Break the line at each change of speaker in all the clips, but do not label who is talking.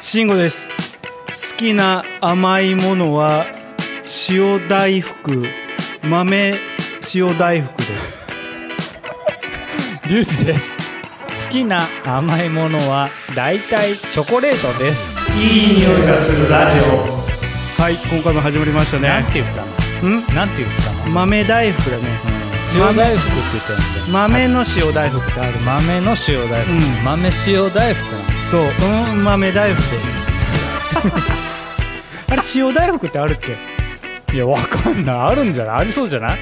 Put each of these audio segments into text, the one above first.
慎吾です好きな甘いものは塩大福豆塩大福です
リュウジです好きな甘いものは大体チョコレートです
いい匂いがするラジオはい今回も始まりました
なん
ね
て言ったの
ん
なんて言ったの、うん、
豆大福だね
塩大福って言ったんだよ
豆の塩大福ってある
豆の塩大福、
うん
豆塩大福なんだ
そううん豆大福 あれ塩大福ってあるっけ
いやわかんないあるんじゃないありそうじゃない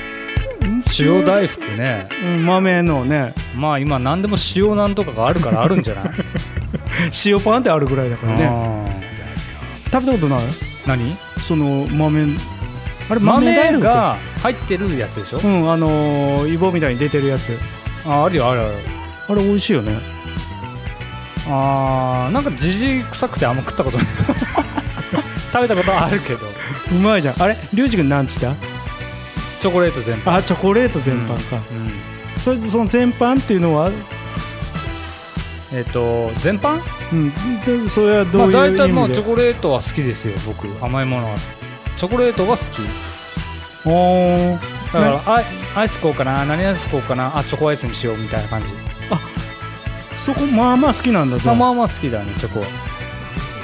塩大福ね
うん豆のね
まあ今何でも塩なんとかがあるからあるんじゃ ない
塩パンってあるぐらいだからね
ね
食べたことない
何
その豆あれ豆大
豆
福
が入ってるやつでしょ
うんあのー、イボみたいに出てるやつ
ああるよあるよあるよ
あれ美味しいよね
あーなんかじじ臭くてあんま食っ たことない食べたことはあるけど
うまいじゃんあれリュウジ君なんちった
チョコレート全般
あチョコレート全般か、
うん、うん
それその全般っていうのは
えっ、と全般
うんでそれはど
ま
う
あ
いう意味
大
で、
体まあチョコレートは好きですよ僕甘いものはチョコレートが好き
おー
だからあアイス買おうかな何アイス買おうかなあチョコアイスにしようみたいな感じ
そこまあまあ好きなんだじゃ
まあ
ん
まあまあ好きだねチョコは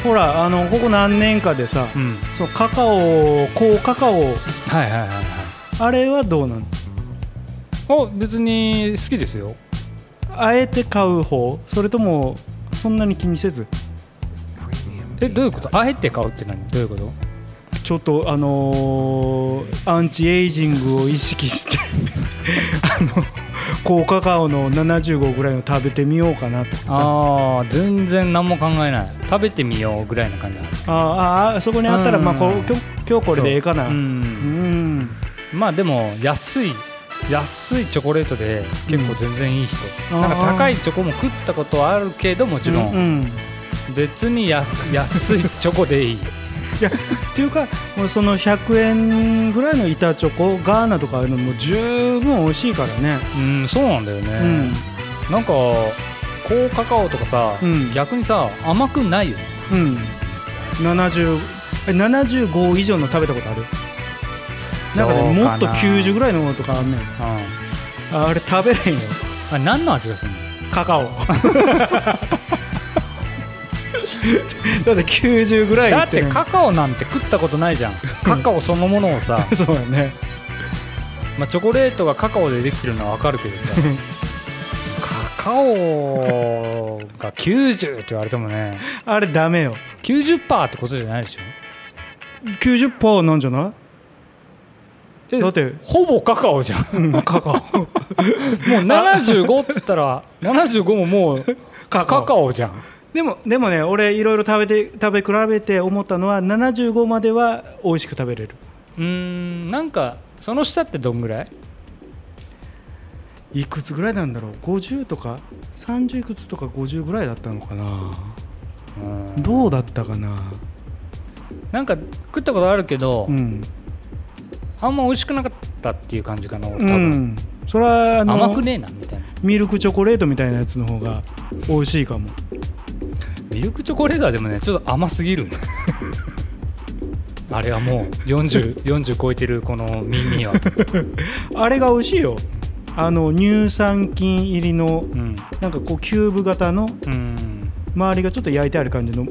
ほらあのここ何年かでさ
うん
そのカカオ高カカオ
はいはいはいはい
あれはどうなの
お別に好きですよ
あえて買う方それともそんなに気にせず
えどういうことあえて買うって何どういうこと
ちょっとあのーアンチエイジングを意識して あの高カカオの75ぐらいの食べてみようかなとかさ
ああ全然何も考えない食べてみようぐらいな感じだ
あーあーそこにあったら、
うん
まあ、こう今日今日これでええかな
う
うん、
んまあでも安い安いチョコレートで結構全然いい人、
うん
なんか
あー
高いチョコも食ったことはあるけどもちろ
う
ん、
んうん、っ
別にや安いチョ コでいい
ていうかもうその100円ぐらいの板チョコガーナとかああいうのも十分美味しいからね、
うんそうなんだよね、なんか高カカオとかさ、
うん
逆にさ甘くないよね
うんうん70え75以上の食べたことあるなんかね
どうかな
もっと90ぐらいのものとかあんねん
う
ああれ食べれへんよ
んあ何の味がするの
カカオだって90ぐらい
だ
言
って
る
カカオなんて食ったことないじゃんカカオそのものをさ
そうやね
まあチョコレートがカカオでできてるのはわかるけ どさカカオが90って言われてもね
あれダメよ
90%ってことじゃないでしょ
90%なんじゃな
え
だって
ほぼカカオじゃん
い、うん、カカオ
もう75っつったら75ももう
カ
カカオじゃん
でもでもね俺いろいろ食べて食べ比べて思ったのは75までは美味しく食べれる
うーんなんかその下ってどんぐらい
いくつぐらいなんだろう50とか30いくつとか50ぐらいだったのかなどうだったかな
なんか食ったことあるけど、
うん、
あんま美味しくなかったっていう感じかな俺
う
多分、
ん、それはあの
甘くねえなみたいな
ミルクチョコレートみたいなやつの方が美味しいかも
ミルクチョコレートはでもねちょっと甘すぎるのあれはもう4040超えてるこの耳は、
あれが美味しいよあの乳酸菌入りの
うん、
なんかこうキューブ型の
うん
周りがちょっと焼いてある感じの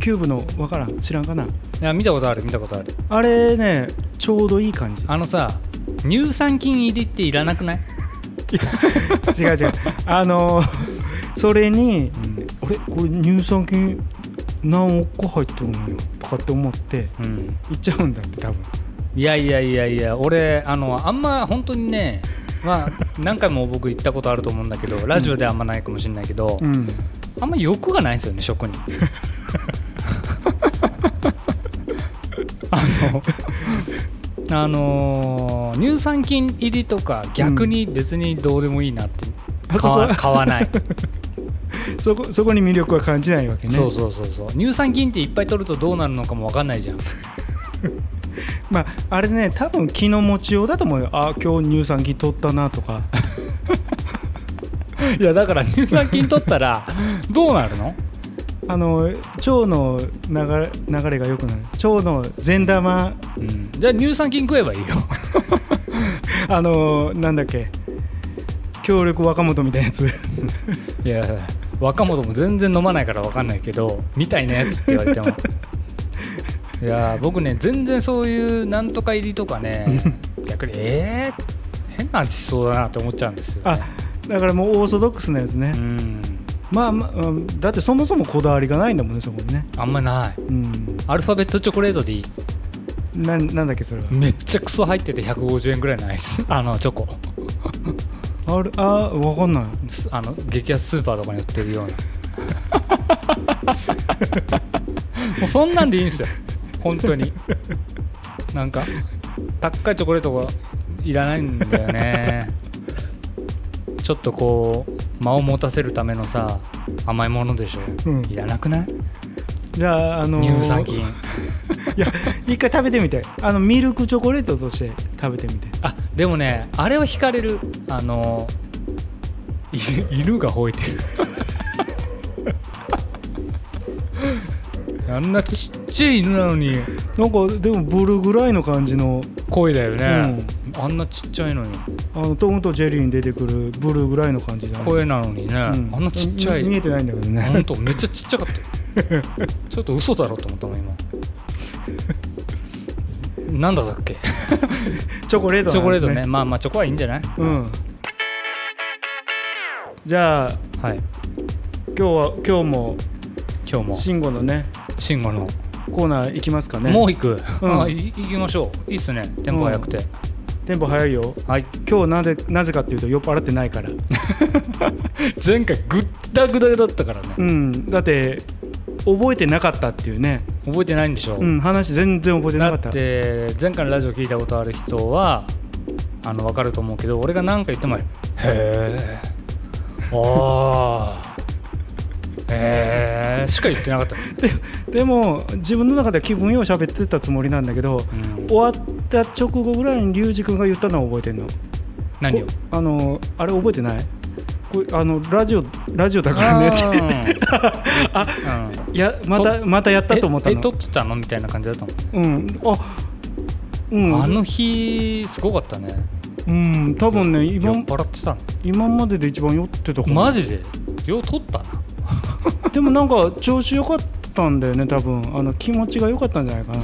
キューブのわからん知らんかない
や見たことある見たことある
あれねちょうどいい感じ
あのさ乳酸菌入りっていらなくない、
違う違うあのそれにあれこれ乳酸菌何億個入っとるのよとかって思って
うん、
いっちゃうんだって多分
いやいやいやいや俺あのあんま本当にねまあ何回も僕言ったことあると思うんだけどラジオではあんまないかもしれないけど、
うん
あんま欲がないんですよね食にあのあのー乳酸菌入りとか逆に別にどうでもいいなって、
あそ
買
こ
わ
は
買わない、
そこそこに魅力は感じないわけね
そうそうそうそう乳酸菌っていっぱい取るとどうなるのかも分かんないじゃん
まあ、あれね多分気の持ちようだと思うよあ今日乳酸菌取ったなとか
いやだから乳酸菌取ったらどうなるの
あの腸の流れ流れが良くなる腸の善玉
うんじゃあ乳酸菌食えばいいよ
あのなんだっけ協力若元みたいなやつ
いや若者も全然飲まないから分かんないけどみたいなやつって言われてもいやー僕ね全然そういうなんとか入りとかね逆にえー、変な味しそうだなって思っちゃうんですよ、
あ
ね、
だからもうオーソドックスなやつね
う、ん
まあまあうんだってそもそもこだわりがないんだもんねそこにね
あんまない
うん
アルファベットチョコレートでいい
ななんだっけそれは
めっちゃクソ入ってて150円ぐらいのアイスあのチョコ
あれあ分かんない
すあの激安スーパーとかに売ってる ようなもうそんなんでいいんですよ本当になんか高いチョコレートがいらないんだよねちょっとこう間を持たせるためのさ甘いものでしょ、
うん
いらなくない
じゃあ、あのー
乳酸菌
いや一回食べてみてあのミルクチョコレートとして食べてみて
あでもねあれは惹かれるあのい 犬が吠えてる あんなちっちゃい犬なのに
なんかでもブルーぐらいの感じの
声だよね、あんなちっちゃいのに
あのトムとジェリーに出てくるブルーぐらいの感じだね
声なのに
う
ね、
ん
あんなちっちゃい
見見えてないんだけどね
ほんとめっちゃちっちゃかったよ ちょっと嘘だろと思ったもん今なんだったっけ
チョコレート
チョ
な
コ
ん
レ
で
ー
す
トねまあまあチョコはいいんじゃない
うんじゃあ
はい
今日は今日も
今日も
慎吾のね
慎吾の
コーナー行きますかね
もう行く、
うん
あい行きましょういいっすねテンポ早くて、
テンポ早いよ
はい
今日なぜなぜかっていうと酔っ払ってない から
前回ぐったぐだだったからね
うんだって覚えてなかったっていうね
覚えてないんでしょ、
うん話全然覚えてなか
だっ
った
て前回のラジオ聞いたことある人はあの分かると思うけど俺が何か言っても「へえああへえ」しか言ってなかった、
でも自分の中では気分よう喋ってたつもりなんだけど
うん
終わった直後ぐらいに龍二君が言ったのを覚えてんの
何を
こあのあれ覚えてないこれあのラジオラジオだからねって
あー、うん
い やまたまたやったと思った
ええ撮
の
ってたのみたいな感じだったもん、
うんあうん
あの日すごかったね
うん多分ね
酔っ
今
払ってたの
今までで一番酔ってたかも
マジでよう撮ったな
でもなんか調子良かったんだよね多分あの気持ちが良かったんじゃないか な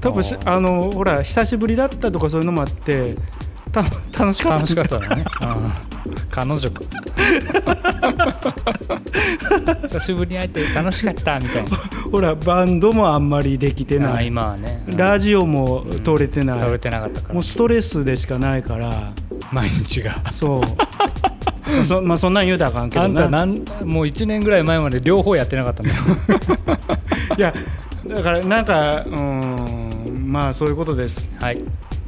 多分し
あー
あのほら久しぶりだったとかそういうのもあってた楽しかった
楽しかったね、彼 女か久しぶりに会えて楽しかったみたい
ほらバンドもあんまりできて
な
な
あ
い
今はね
ラジオも撮れてない、
食べてなかったか
も
ら
うストレスでしかないから
毎日が
そうまあそ まあそんなん言うたらあかんけ
あ
ど
ん
な
たなんもう1年ぐらい前まで両方やってなかったん だよ
いやだからなんかうーんまあそういうことです
はい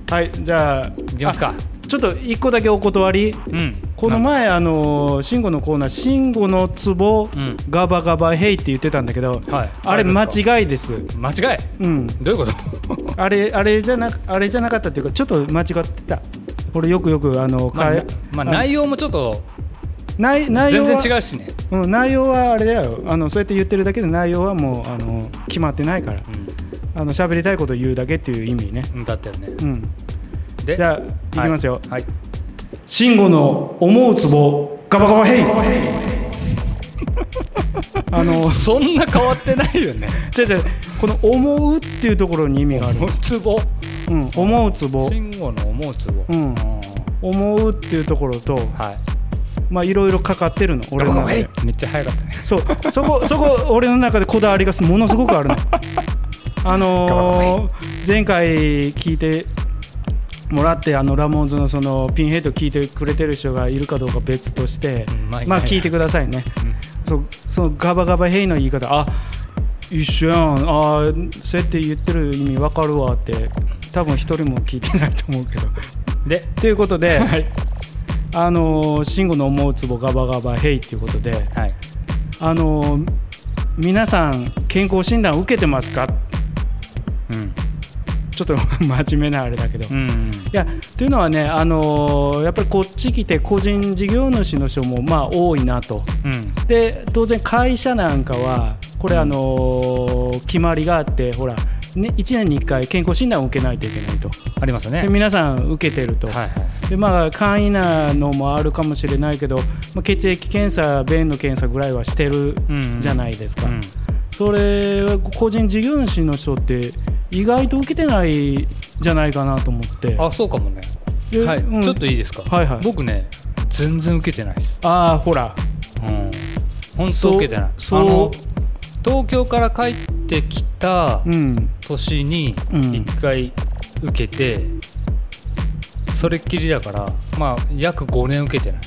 はいじゃあ
いきますか
あちょっと一個だけお断り
うん
この前あの慎吾のコーナー「慎吾のツボ、
うん
ガバガバヘイ」って言ってたんだけど、
はい
あれ間違いです
間違い
うん
どういうこと
あれあれじゃなあれじゃなかったっていうかちょっと間違ってた俺よくよくあの、
まあ、
か
な
え
まあ、
あ
内容もちょっと
内内容
全
は
然違うしね、
うん、内容はあれだよあのそうやって言ってるだけで内容はもうあの決まってないからあの喋りたいことを言うだけっていう意味ね
うん、だったよね
うん
で
じゃあいきますよ
はい、はい
慎吾の思うツボガバガバヘイ あの
そんな変わってないよね
違う違うこの「思う」っていうところに意味 がある
思うつぼ
うん、思うツボ
慎吾の思うつぼ、
うん思うっていうところと
はい
まあいろいろかかってるの俺の中で
めっちゃ早かったね
そうそこそこ俺の中でこだわりがものすごくあるのあのー前回聞いてもらってあのラモンズのそのピンヘイト聞いてくれてる人がいるかどうか別として、
うんまあいない
まあ聞いてくださいね、そうそのガバガバヘイの言い方あ一緒やんあーそうやって言ってる意味わかるわって多分一人も聞いてないと思うけど
で
ということで、
はい
あのー慎吾の思うツボガバガバヘイっていうことで
はい
あの皆さん健康診断受けてますか
うん
ちょっと 真面目なあれだけど、い
うん
やというのはね、あのーやっぱりこっち来て個人事業主の人もまあ多いなと
うん
で当然会社なんかはこれ、あのー決まりがあってほら、ね、1年に1回健康診断を受けないといけないと
ありますね
で皆さん受けてると、
はいはい
でまあ、簡易なのもあるかもしれないけど、まあ、血液検査、便の検査ぐらいはしてる
うん
じゃないですか、
うん
それは個人事業主の人って意外と受けてないじゃないかなと思って
あそうかもね
で
はい、
うん
ちょっといいですか、
はいはい
僕ね全然受けてないです
あーほら
うん本当受けてない
そう
あの東京から帰ってきた
うん
年に
うん
1回受けて、それっきりだからまあ約5年受けてない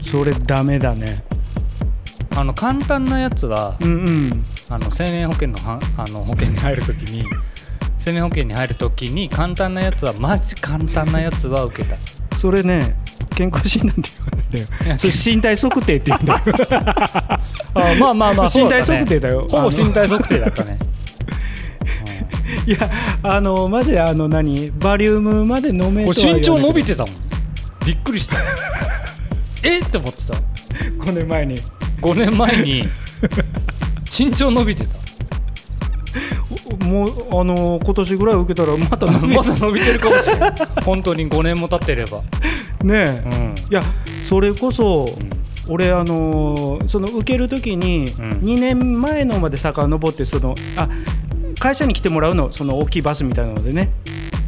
それダメだね
あの簡単なやつは
うんうん
あの生命保険のはあの保険に入るときに生命保険に入るときに簡単なやつはマジ簡単なやつは受けた
それね健康診断って言わないんだよ
いや
それ身体測定って言うんだよ
あまあまあまあ
身体測定だよ
ほぼ身体測定だったね、
いやあのマジであの何バリウムまで飲め
うん
と
こ
は
れ
言わないけど
身長伸びてたもんびっくりしたえって思ってた
5年前に
5年前に身長伸びて た
もうあの今年ぐらい受けたらまた飲め
まだ伸びてるかもしれない本当に5年も経ってれば
ねえ、
う
い
ん
やそれこそ、
う
俺あのーその受けるときに
うん
2年前のまで遡ってそのあ会社に来てもらうのその大きいバスみたいなのでね、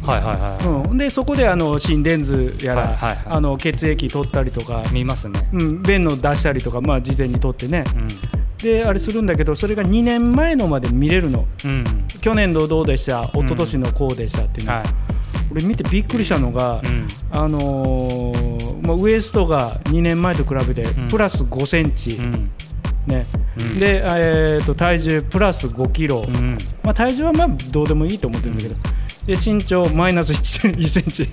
んはいはいは
うん、でそこであの心電図やら、
はいはいはい
あの血液取ったりとか
い、見ますね
うん、便の出したりとか、まあ、事前に取ってねであれするんだけどそれが2年前のまで見れるの
うん、うん
去年のどうでした一昨年のこうでしたっていうの、
は
俺見てびっくりしたのが、
い、うん、
あのーまあ、ウエストが2年前と比べて
ん
プラス5センチ、
うん
ね
うん
で、えー、と体重プラス5キロ、
うん
まあ、体重はまあどうでもいいと思ってるんだけど、で身長マイナス1センチ、
ちっ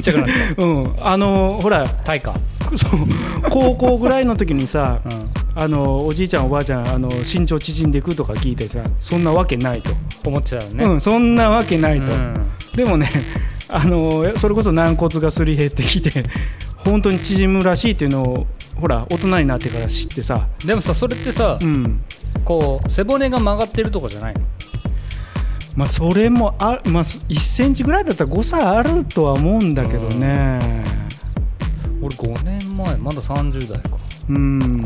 ちゃくなっ
うん、あのーほら
た体感
そう高校ぐらいの時にさ
うん
あのーおじいちゃんおばあちゃんあのー身長縮んでいくとか聞いてさそんなわけないと、
思ってたよね、
うん、そんなわけないと、
うん
でもね、 あのそれこそ軟骨がすり減ってきて、 本当に縮むらしいっていうのを、ほら、大人になってから知ってさ、
でもさそれってさ、
うん
こう背骨が曲がってるとかじゃないの
まあ、それもあ、まあ、1センチぐらいだったら誤差あるとは思うんだけどね、
俺5年前まだ30代か
うん、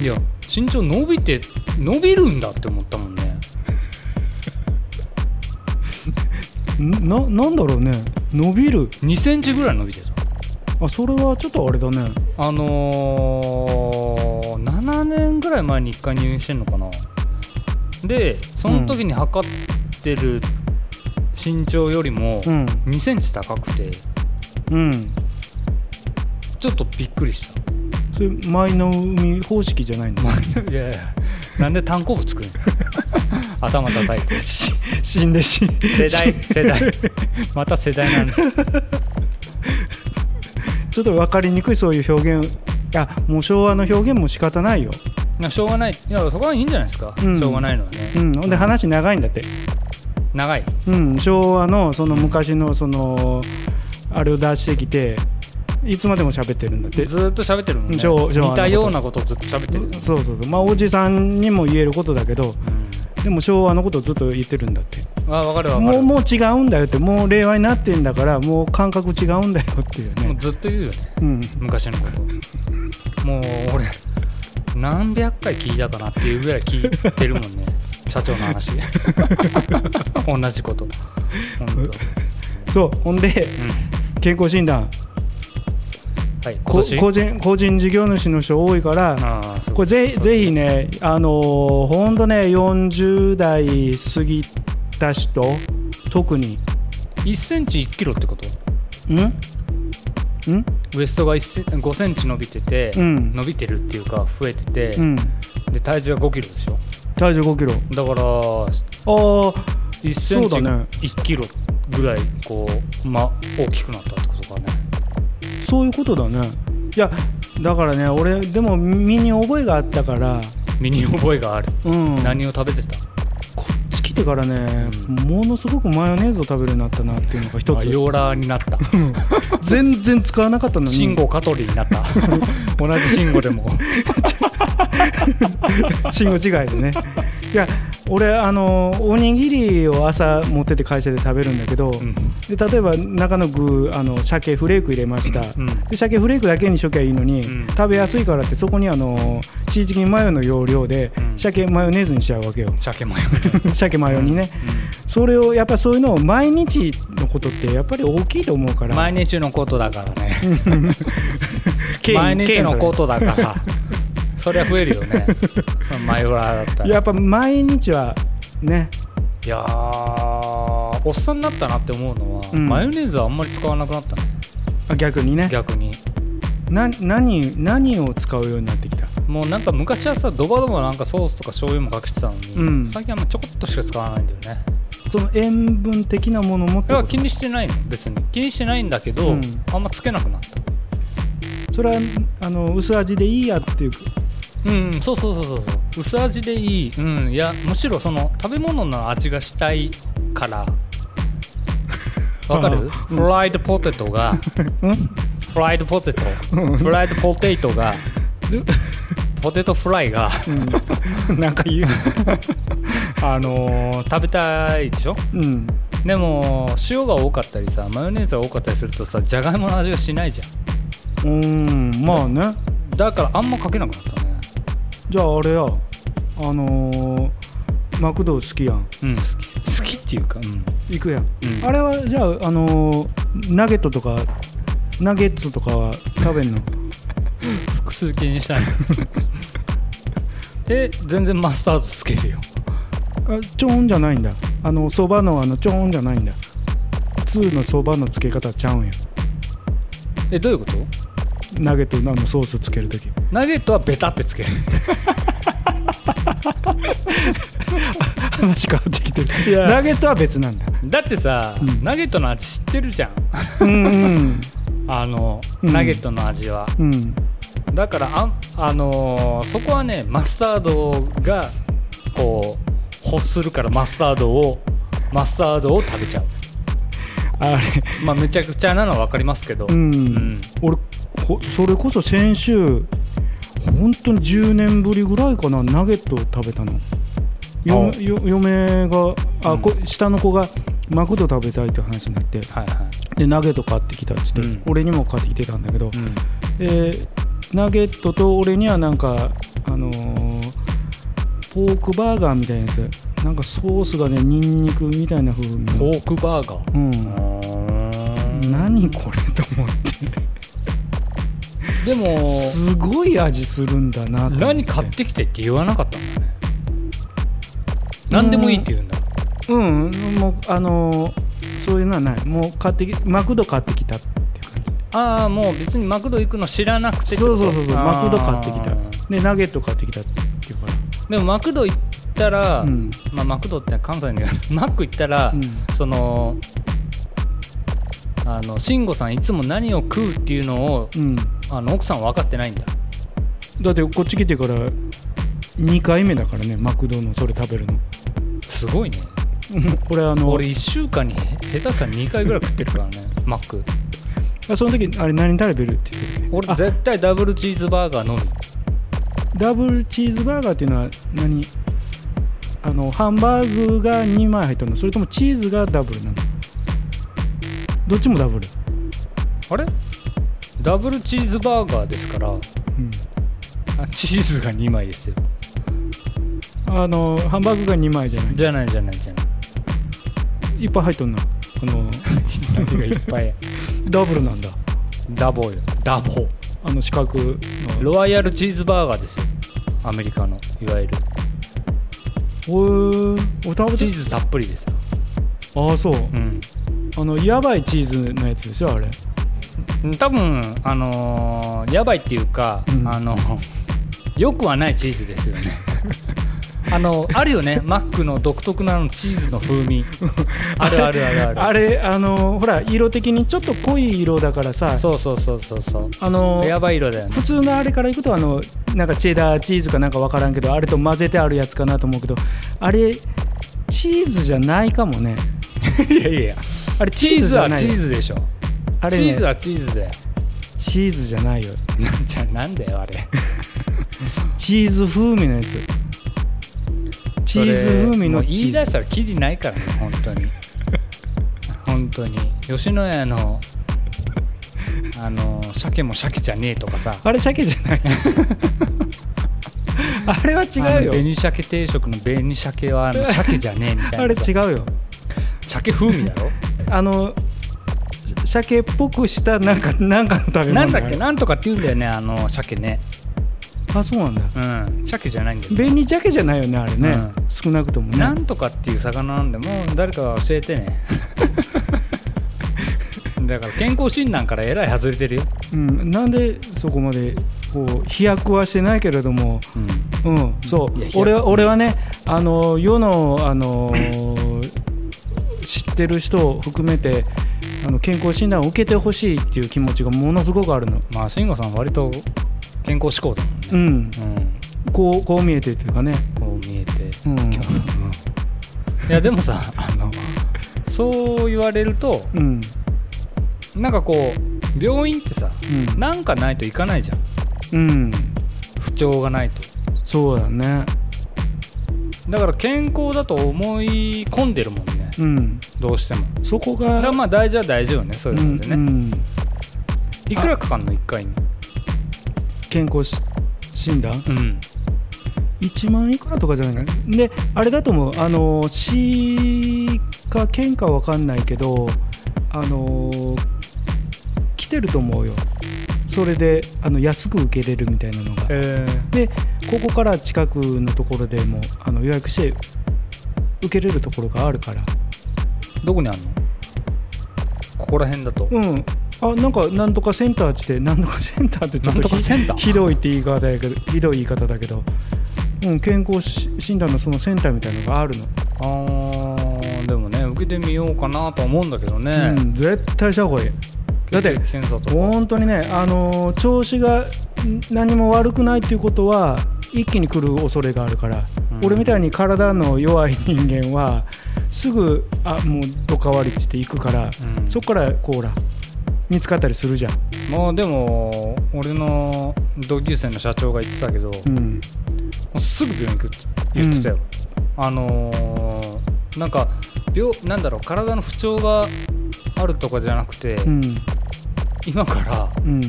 いや身長伸びて伸びるんだって思ったもんね
ななんだろうね、伸びる、
2センチぐらい伸びてた
あそれはちょっとあれだね、
あのー、7年ぐらい前に1回入院してんのかなでその時に測ってる身長よりも
うん、
2センチ高くてち
うん、
ょっとびっくりし
それ、前の海方式じゃないの
た、まあいやいやなんで単行部 作るの頭叩いて
し死んで死ん
世代世代 また世代なんだ
ちょっと分かりにくいそういう表現あもう昭和の表現も仕方ないよ、
なしょうがないいやそこはいいんじゃないですか、
うん
しょうがないのはね
うん、ほんで話長いんだって、
長い
うん、昭和のその昔のそのあれを出してきていつまでも喋ってるんだって
ずーっと喋ってるもんね
しょうしょう
似たようなことをずっと喋ってる、
そうそうそうまあおじさんにも言えることだけどでも昭和のことをずっと言ってるんだって
うん、あ分かる分か
もう
るも
もう違うんだよってもう令和になってんだからもう感覚違うんだよっていう
う
ね、
ずっと言うよね
うん、
昔のこともう俺何百回聞いたかなっていうぐらい聞いてるもんね社長の 話同じこと本当、うん、
そうほんで健康診断
はい今
こ
年
個人個人事業主の人多いから
ああそう
これぜひぜひね、あのーほんとね、40代過ぎた人、特に、
1センチ1キロってこと
んん
ウエストが1セン5センチ伸びてて、
うん
伸びてるっていうか増えてて、
うん、
で体重が5キロでしょ
体重5キロ、
だから
あ
1センチ
そうだね
1キロぐらいこう、ま、大きくなったってことかね
あ、そういうことだね、いや、だからね、俺、でも身に覚えがあったから、
身に覚えがある、
うん、
何を食べてた
こっち来てってからね、ものすごくマヨネーズを食べるようになったなっていうのが一
あ
つ
ヨ ーラーになった
全然使わなかったのに
慎吾カトリーに なった同じ慎吾でも
信号違いで ねいや俺あのおにぎりを朝持ってて会社で食べるんだけど、
うん
で例えば中の具あの鮭フレーク入れました、
うん
で鮭フレークだけにしときゃいいのに、
ん
食べやすいからってそこにあのチーチキンマヨの要領で、
うん
鮭マヨネーズにしちゃうわけ よ
鮭マヨ
鮭マヨにね、それをやっぱそういうのを毎日のことってやっぱり大きいと思うから
毎日のことだからね
ケイン
毎
ケイ
日
ンそ
の
れ
ことだからそりゃ増えるよねそのマヨラーだったら
やっぱ毎日はね
いやーおっさんになったなって思うのは、
うん
マヨネーズはあんまり使わなくなったね
逆にね
逆に
な何何を使うようになってきた
もうなんか昔はさドバドバなんかソースとか醤油もかけてたのに、
うん
最近はもうちょこっとしか使わないんだよね
その塩分的なものもっ
い
てこ
や
と
気にしてないの別に気にしてないんだけ
う
ど、
ん
あんまつけなくなった
それはあの薄味でいいやっていう
うんそうそうそうそうそう薄味でいいうんいやむしろその食べ物の味がしたいからわか
あ
るフライドポテトがフライドポテトフライドポテトがポテトフライが
うん、 なんか言う、
あのー食べたいでしょ
うん、
でも塩が多かったりさマヨネーズが多かったりするとさじゃがいもの味がしないじゃん
うんまあね
だからあんまかけなくなったね
じゃああれやあのーマクド好きやん
うん好き好きっていうかうん
行くやん、
うん
あれはじゃあ、あのーナゲットとかナゲッツとかは食べんの
複数気にしたいえ全然マスタードつけるよ
あちょんじゃないんだあのそばのあのちょんじゃないんだ2のそばのつけ方ちゃうんや
えどういうこと
ナゲットのあのソースつけるとき
ナゲットはベタってつける
話変わってきて
いや
るナゲットは別なんだ
だってさ、
うん
ナゲットの味知ってるじゃん
うんうん
あの、
うん
ナゲットの味は
うん
だからあん、あのーそこはねマスタードがこう欲するからマスタードをマスタードを食べちゃう
あれ
まあめちゃくちゃなのは分かりますけど、
うん、
ん
俺こそれこそ先週本当に10年ぶりぐらいかなナゲットを食べたの
あ
嫁よ嫁があ、
うん
こ下の子がマクド食べたいって話になって
はいは
でナゲット買ってきたって言って、
うん
俺にも買ってきてたんだけど
い、、うん
でナゲットと俺にはなんかあのーポークバーガーみたいなやつなんかソースがねニンニクみたいな風味の
ポークバーガー
うん
うーん
何これと思って
でも
すごい味するんだなと思って
何買ってきてって言わなかったんだね何でもいいって言うんだ
うんもうあのーそういうのはないもう買ってきマクド買ってきたっていう感
ああもう別にマクド行くの知らなくて
じ
ってこ
そ
と
うそうそうそう
あー
マクド買ってきたでナゲット買ってきたっていうから
でもマクド行ったら、
うん
まあ、マクドって関西に マック行ったら、
うん
そのあの慎吾さんいつも何を食うっていうのを
うん
あの奥さんは分かってないんだ
だってこっち来てから2回目だからねマクドのそれ食べるの
すごいね
うん俺あの
俺1週間に下手したら2回ぐらい食ってるからねマック
あその時あれ何食べるって言ってたね
俺
あ
絶対ダブルチーズバーガーのみ
ダブルチーズバーガーっていうのは何あのハンバーグが2枚入ってるのそれともチーズがダブルなのどっちもダブル、
あれダブルチーズバーガーですから
うん
あチーズが2枚ですよ
あのハンバーグが2枚じゃない
じゃないじゃないじゃない
いっぱい入っとんなこの
何がいっぱ い
ダブルなんだ
ダボよダボ
あの四角の
ロワイヤルチーズバーガーですよアメリカのいわゆる
おーお食べ
チ
て
ーズたっぷりですよ
ああそう
うん
あのやばいチーズのやつですよあれ
多分あのーやばいっていうか、
うん
あのよくはないチーズですよ ねあのあるよねマックの独特なあのチーズの風味あるあるあ るある
あれあのほら色的にちょっと濃い色だからさ
そうそうそうそうそう
あの
やばい色だよね
普通のあれからいくとあのなんかチェダーチーズかなんか分からんけどあれと混ぜてあるやつかなと思うけどあれチーズじゃないかもね
いやいやいや
あれチ
チ
ー
ー
ズ
ズ
じゃ
は
ない
チーズでしょ
あれ、
チ
ね、
ーズはチーズだよ
チーズじゃないよ
なんじゃなんだよあれ
チーズ風味のやつチーズ風味
も
の
う
チー
言い出
ズ
したらキリないからね本当に本当に吉野家のあの鮭も鮭じゃねえとかさ
あれ鮭じゃ ないあれは違うよ
あの紅鮭定食の紅鮭はあ の鮭じゃねえみたいな
あれ違うよ
鮭風味だ ろ
あの鮭っぽくしたなんかなんかの食べ物
なんだっけ
な
なんとかって言うんだよねあの鮭ね
あそうなんだ
うん鮭じゃないんだよね
紅鮭じゃないよねあれね、
うん
少なくともね
なんとかっていう魚なんでもう誰か教えてね だから健康診断からえらい外れてるよ、
うん、なんでそこまでこう飛躍はしてないけれども、
うん、
うん、そう
いや
俺
飛
は俺はねあの世のあの知ってる人を含めてあの健康診断を受けてほしいっていう気持ちがものすごくあるの、
まあ慎吾さん割と健康志向だもんね
うん、
うん
こうこう見えてというかね、
こう見えて、
うん
今日いやでもさあのそう言われると
うん
なんかこう病院ってさなんかないといかないじゃ
う
ん
んうん、
不調がないと
そうだね、
だから健康だと思い込んでるもんね
うん、
どうしても
そこ
だか
が
らまあ大事は大事よねそういうのでね、
うんうん
いくらかかんの1回に
健康し診断
うん
1万いくらとかじゃないかなであれだと思うあの市か県かわかんないけどあの来てると思うよそれであの安く受けれるみたいなのが
え
でここから近くのところでもあの予約して受けれるところがあるから
ー、どこにあんのここら辺だと、
うんあなんかなんとかセンターってなんとかセンターってちょ
な
っ
んと
と
か
ひ
センター
ひどいって言い方だけどひどい言い方だけど、うん、健康し診断のそのセンターみたいなのがあるの
あーでもね受けてみようかなと思うんだけどね、
うん、絶対した方がいいだって
血液検査とか
本当にね、あのー調子がん何も悪くないっていうことは一気に来る恐れがあるから、
うん
俺みたいに体の弱い人間はすぐあもうどかわりっつって行くから、
うん
そこからこうほら見つかったりするじゃん、
まあでも俺の同級生の社長が言ってたけど、も
うん
うすぐ病院行くって言ってたよ、あのーなんか病なんだろう体の不調があるとかじゃなくて、
うん
今から
うん、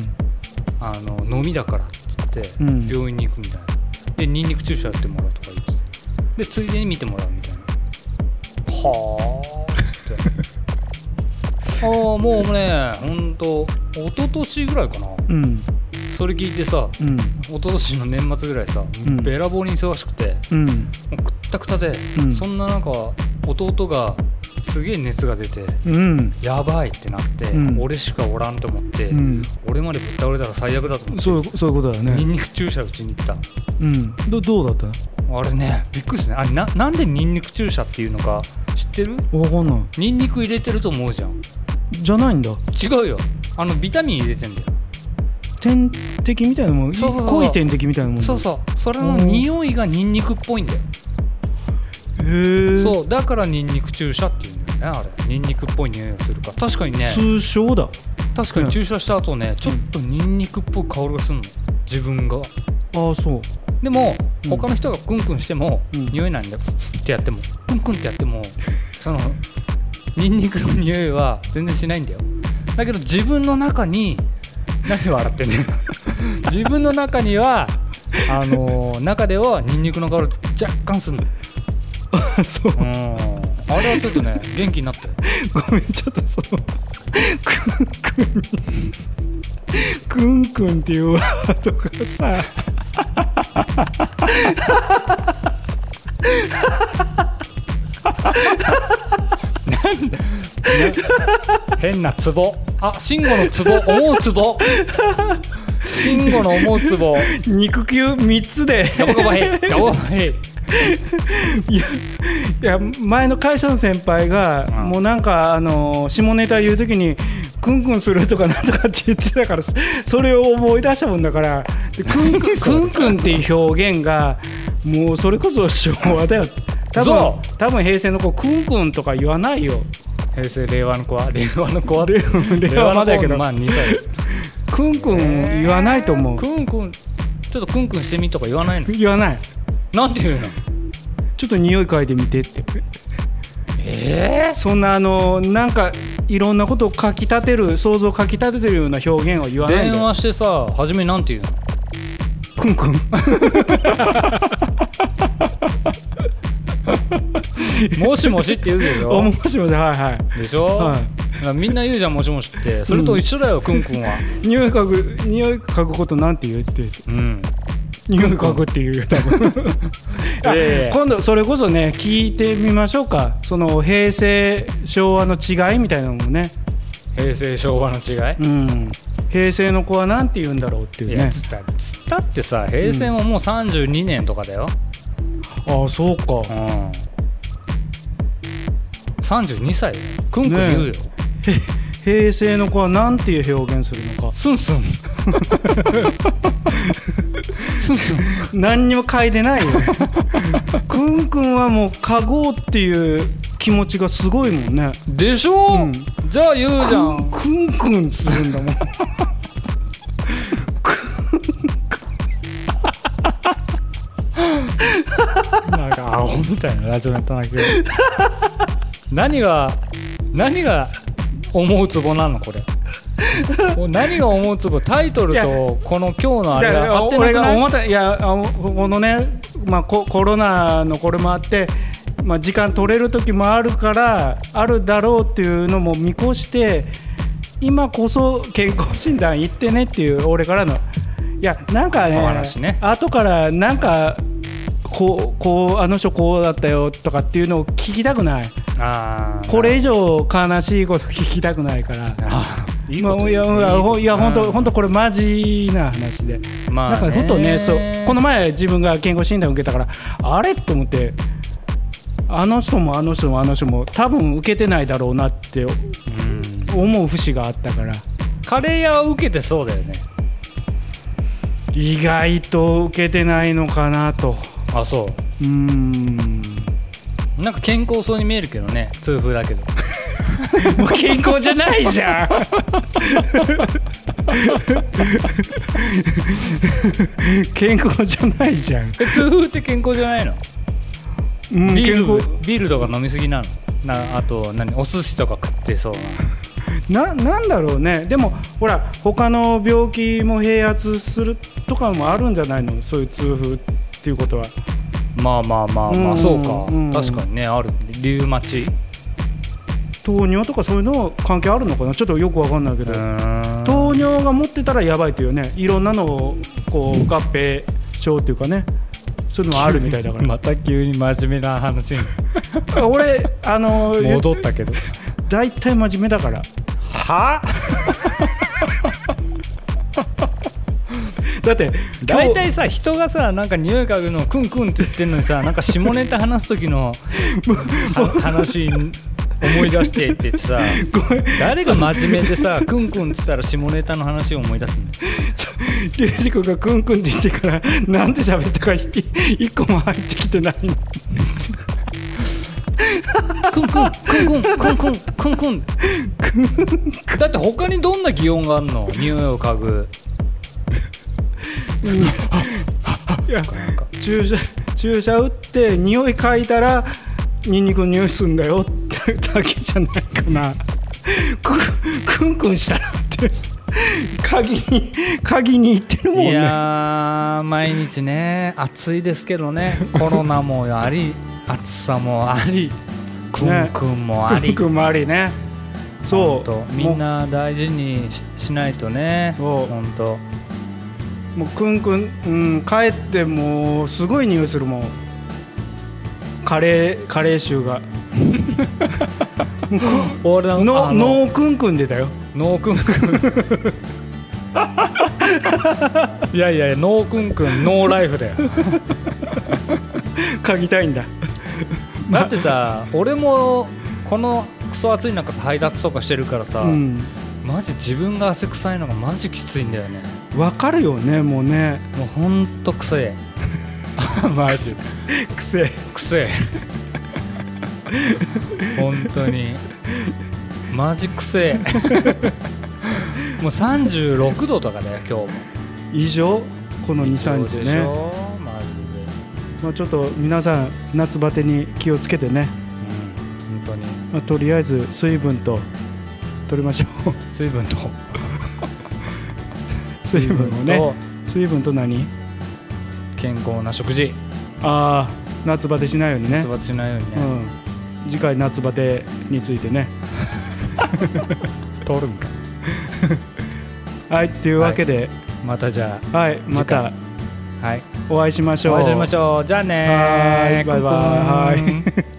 あの飲みだからっつって
うん
病院に行くみたいなでニンニク注射やってもらうとか言ってたでついでに見てもらうみたいなはあっつって ああもうねほんと一昨年ぐらいかな
うん
それ聞いてさ
うん
一昨年の年末ぐらいさ、
ん
べらぼうに忙しくて
うん
もうくったくたで、
うん
そんな中弟がすげえ熱が出て
うん
やばいってなって、
うん
俺しかおらんと思って、
うん
俺までぶっ倒れたら最悪だと思って
そうそういうことだ
ニ
ね、
ンニク注射打ちに行った
うん、どどうだっ
あれねびっくりしたねあれななんでニンニク注射っていうのか知ってる
たわかんない
ニンニク入れてると思うじゃん
じゃないんだ
違うよあのビタミン入れてんだよ
点滴みたいなもん
そうそうそう
濃い点滴みたいなもんだ
そうそうそれの
うん
匂いがニンニクっぽいんだよ
へえ
そうだからニンニク注射っていうんだよねあれニンニクっぽい匂いがするから確かにね
通称だ
確か
う
に
ん
注射した後ねちょっとニンニクっぽい香りがするの自分が
ああそう
でも
うん
他の人がクンクンしても、
うん
匂いないんだよってやってもクンクンってやってもそのニンニクの匂いは全然しないんだよだけど自分の中に何を笑ってんだよ 自分の中にはあのー中ではニンニクの香り若干するの
あそう
うんあれはちょっとね元気になったよ
ごめんちょっとそのクンクンにクンクンっていうワードがさ
変なツボあ慎吾のツボ思うツボ慎吾の思うツ ボ
肉球3つで
ガバガバヘイガバガバヘイ
いやいや前の会社の先輩が、
うん
もうなんかあの下ネタ言う時にクンクンするとかなんとかって言ってたからそそれを思い出したもんだからでクンクン クンクンっていう表現がもうそれこそ昭和だよ多
そ
分多分平成の子クンクンとか言わないよ
平成令和の子は令和の子は
令和令和まだやけど
令和の子はまあ2歳です
クンクン言わないと 思う
クンクンちょっとクンクンしてみとか言わないの
言わない
なんて言うの
ちょっと匂い嗅いでみてって
ええ
そんなあのなんかいろんなことをかきたてる想像をかきたててるような表現を言わない
電
で
話してさ初めなんて言うの
クンクン
もしもしって言うでし
あ
ょ
もしもしはいは
でしょ、
はい
だからみんな言うじゃんもしもしってそれと一緒だよ、くん、クンクンは、
い匂い嗅ぐ匂い嗅ぐことなんて言うって
うん、
匂い嗅ぐっていうよ多分あ
ええ
今度それこそね聞いてみましょうかその平成昭和の違いみたいなのもね、
平成昭和の違い、
うん、平成の子はなんて言うんだろうっていう
いや
ね
つったつったってさ平成ももう32年とかだよ、
ああそうか
うん、32歳だよくんくん言うよ、
平成の子はなんていう表現するのか
スンス ンスンスン
何にも嗅いでない よねくんくんはもう嗅ごうっていう気持ちがすごいもんね
でしょ、
うん
じゃあ言うじゃん
くんくんくんするんだもん
なんかアホみたいなラジオネタなけど何が何が思うツボなのこれお何が思うツボタイトル
いや
とこの今日のあ
じ
れ
ゃ
が
あ
合って
俺
な
が
くない
思ったいやあのこのね、まあ、ココロナのこれもあって、まあ、時間取れる時もあるからあるだろうっていうのも見越して今こそ健康診断行ってねっていう俺からのいやなんかね
お話ね
後からなんかこうこうあの人こうだったよとかっていうのを聞きたくない
あー
これ以上悲しいこと聞きたくないから。
あーいい
ま
こ
あ
と
いや
言う
いやほいや本当
うん
本当これマジな話で、
まあ
なんかふとねそうこの
前
前自分が健康診断受けたからあれと思ってあの人もあの人もあの人も多分受けてないだろうなって思う節があったから
カレー屋は受けてそうだよね
意外と受けてないのかなと
あそう
うーん
なんか健康そうに見えるけどね痛風だけど
もう健康じゃないじゃ ん健康じゃないじゃん、
え痛風って健康じゃないの
うん、
ビ
健
ー
康
ルビールとか飲みすぎなのなあと何お寿司とか食ってそう
な
な
なんだろうねでもほら他の病気も併発するとかもあるんじゃないのそういう痛風っていうことは
まあまあまあま
うん
あそうか、
うん
確かにねあるリウマチ
糖尿とかそういうの関係あるのかなちょっとよくわかんないけ
う
ど、
ーん
糖尿が持ってたらやばいというねいろんなのをこう合併症っていうかねそういうのはあるみたいだから
また急に真面目な話 に
俺あの
戻ったけど
大体真面目だから
は
だって今
大
日
体さ人がさなんか匂い嗅ぐのをクンクンって言ってんのにさなんか下ネタ話す 時のは話思い出してって言ってさ誰が真面目でさクンクンって言ったら下ネタの話を思い出すんだよ
リュウジ君がクンクンって言ってからなんで喋ったかひ一個も入ってきてないの
クンクンクンクンクンクンクン クンだって他にどんな擬音があんの匂いを嗅ぐ
いや
なんか
注射注射打って匂い嗅いだらニンニクの匂いするんだよ ってだけじゃないかなくくんくんしたらって鍵に鍵に行ってるもん
い
ね
やー毎日ね暑いですけどね コロナもあり暑さもありクンクンもあり、
くんくんもありねそ
本当
う
みん
も
な大事にししないとね
そう
本当
うもうくんくん、うん、帰ってもうすごい匂いするもんカレーカレー臭が
俺なんか
の
あの
ノーくんくんでだよ
ノークンク ンいやいやいやノークンクンノーライ フだよ
嗅ぎたいんだ
だってさ俺もこのクソ暑い中さ配達とかしてるからさ、
うん
マジ自分が汗臭いのがマジきついんだよね
わかるよねもうね
もうほんと臭いマジ
くせえ
臭い本当にマジくせえ もう36度とかだよ今日も
以上この23
そう
日
でし
ね、
ょマジで
まあ、ちょっと皆さん夏バテに気をつけてね、
うん本当に
まあ、とりあえず水分と取りましょう
水分と
水分をね
と
水分と何
健康な食事
ああ夏バテしないようにね
発伐しないように
う
ね
ん、次回夏バテについてね
取るんか
はいっていうわけで、
またじゃ
はい、また
あはい
お会いしましょう
お会いしましょうじゃあね
はーいバイバイ
コンコン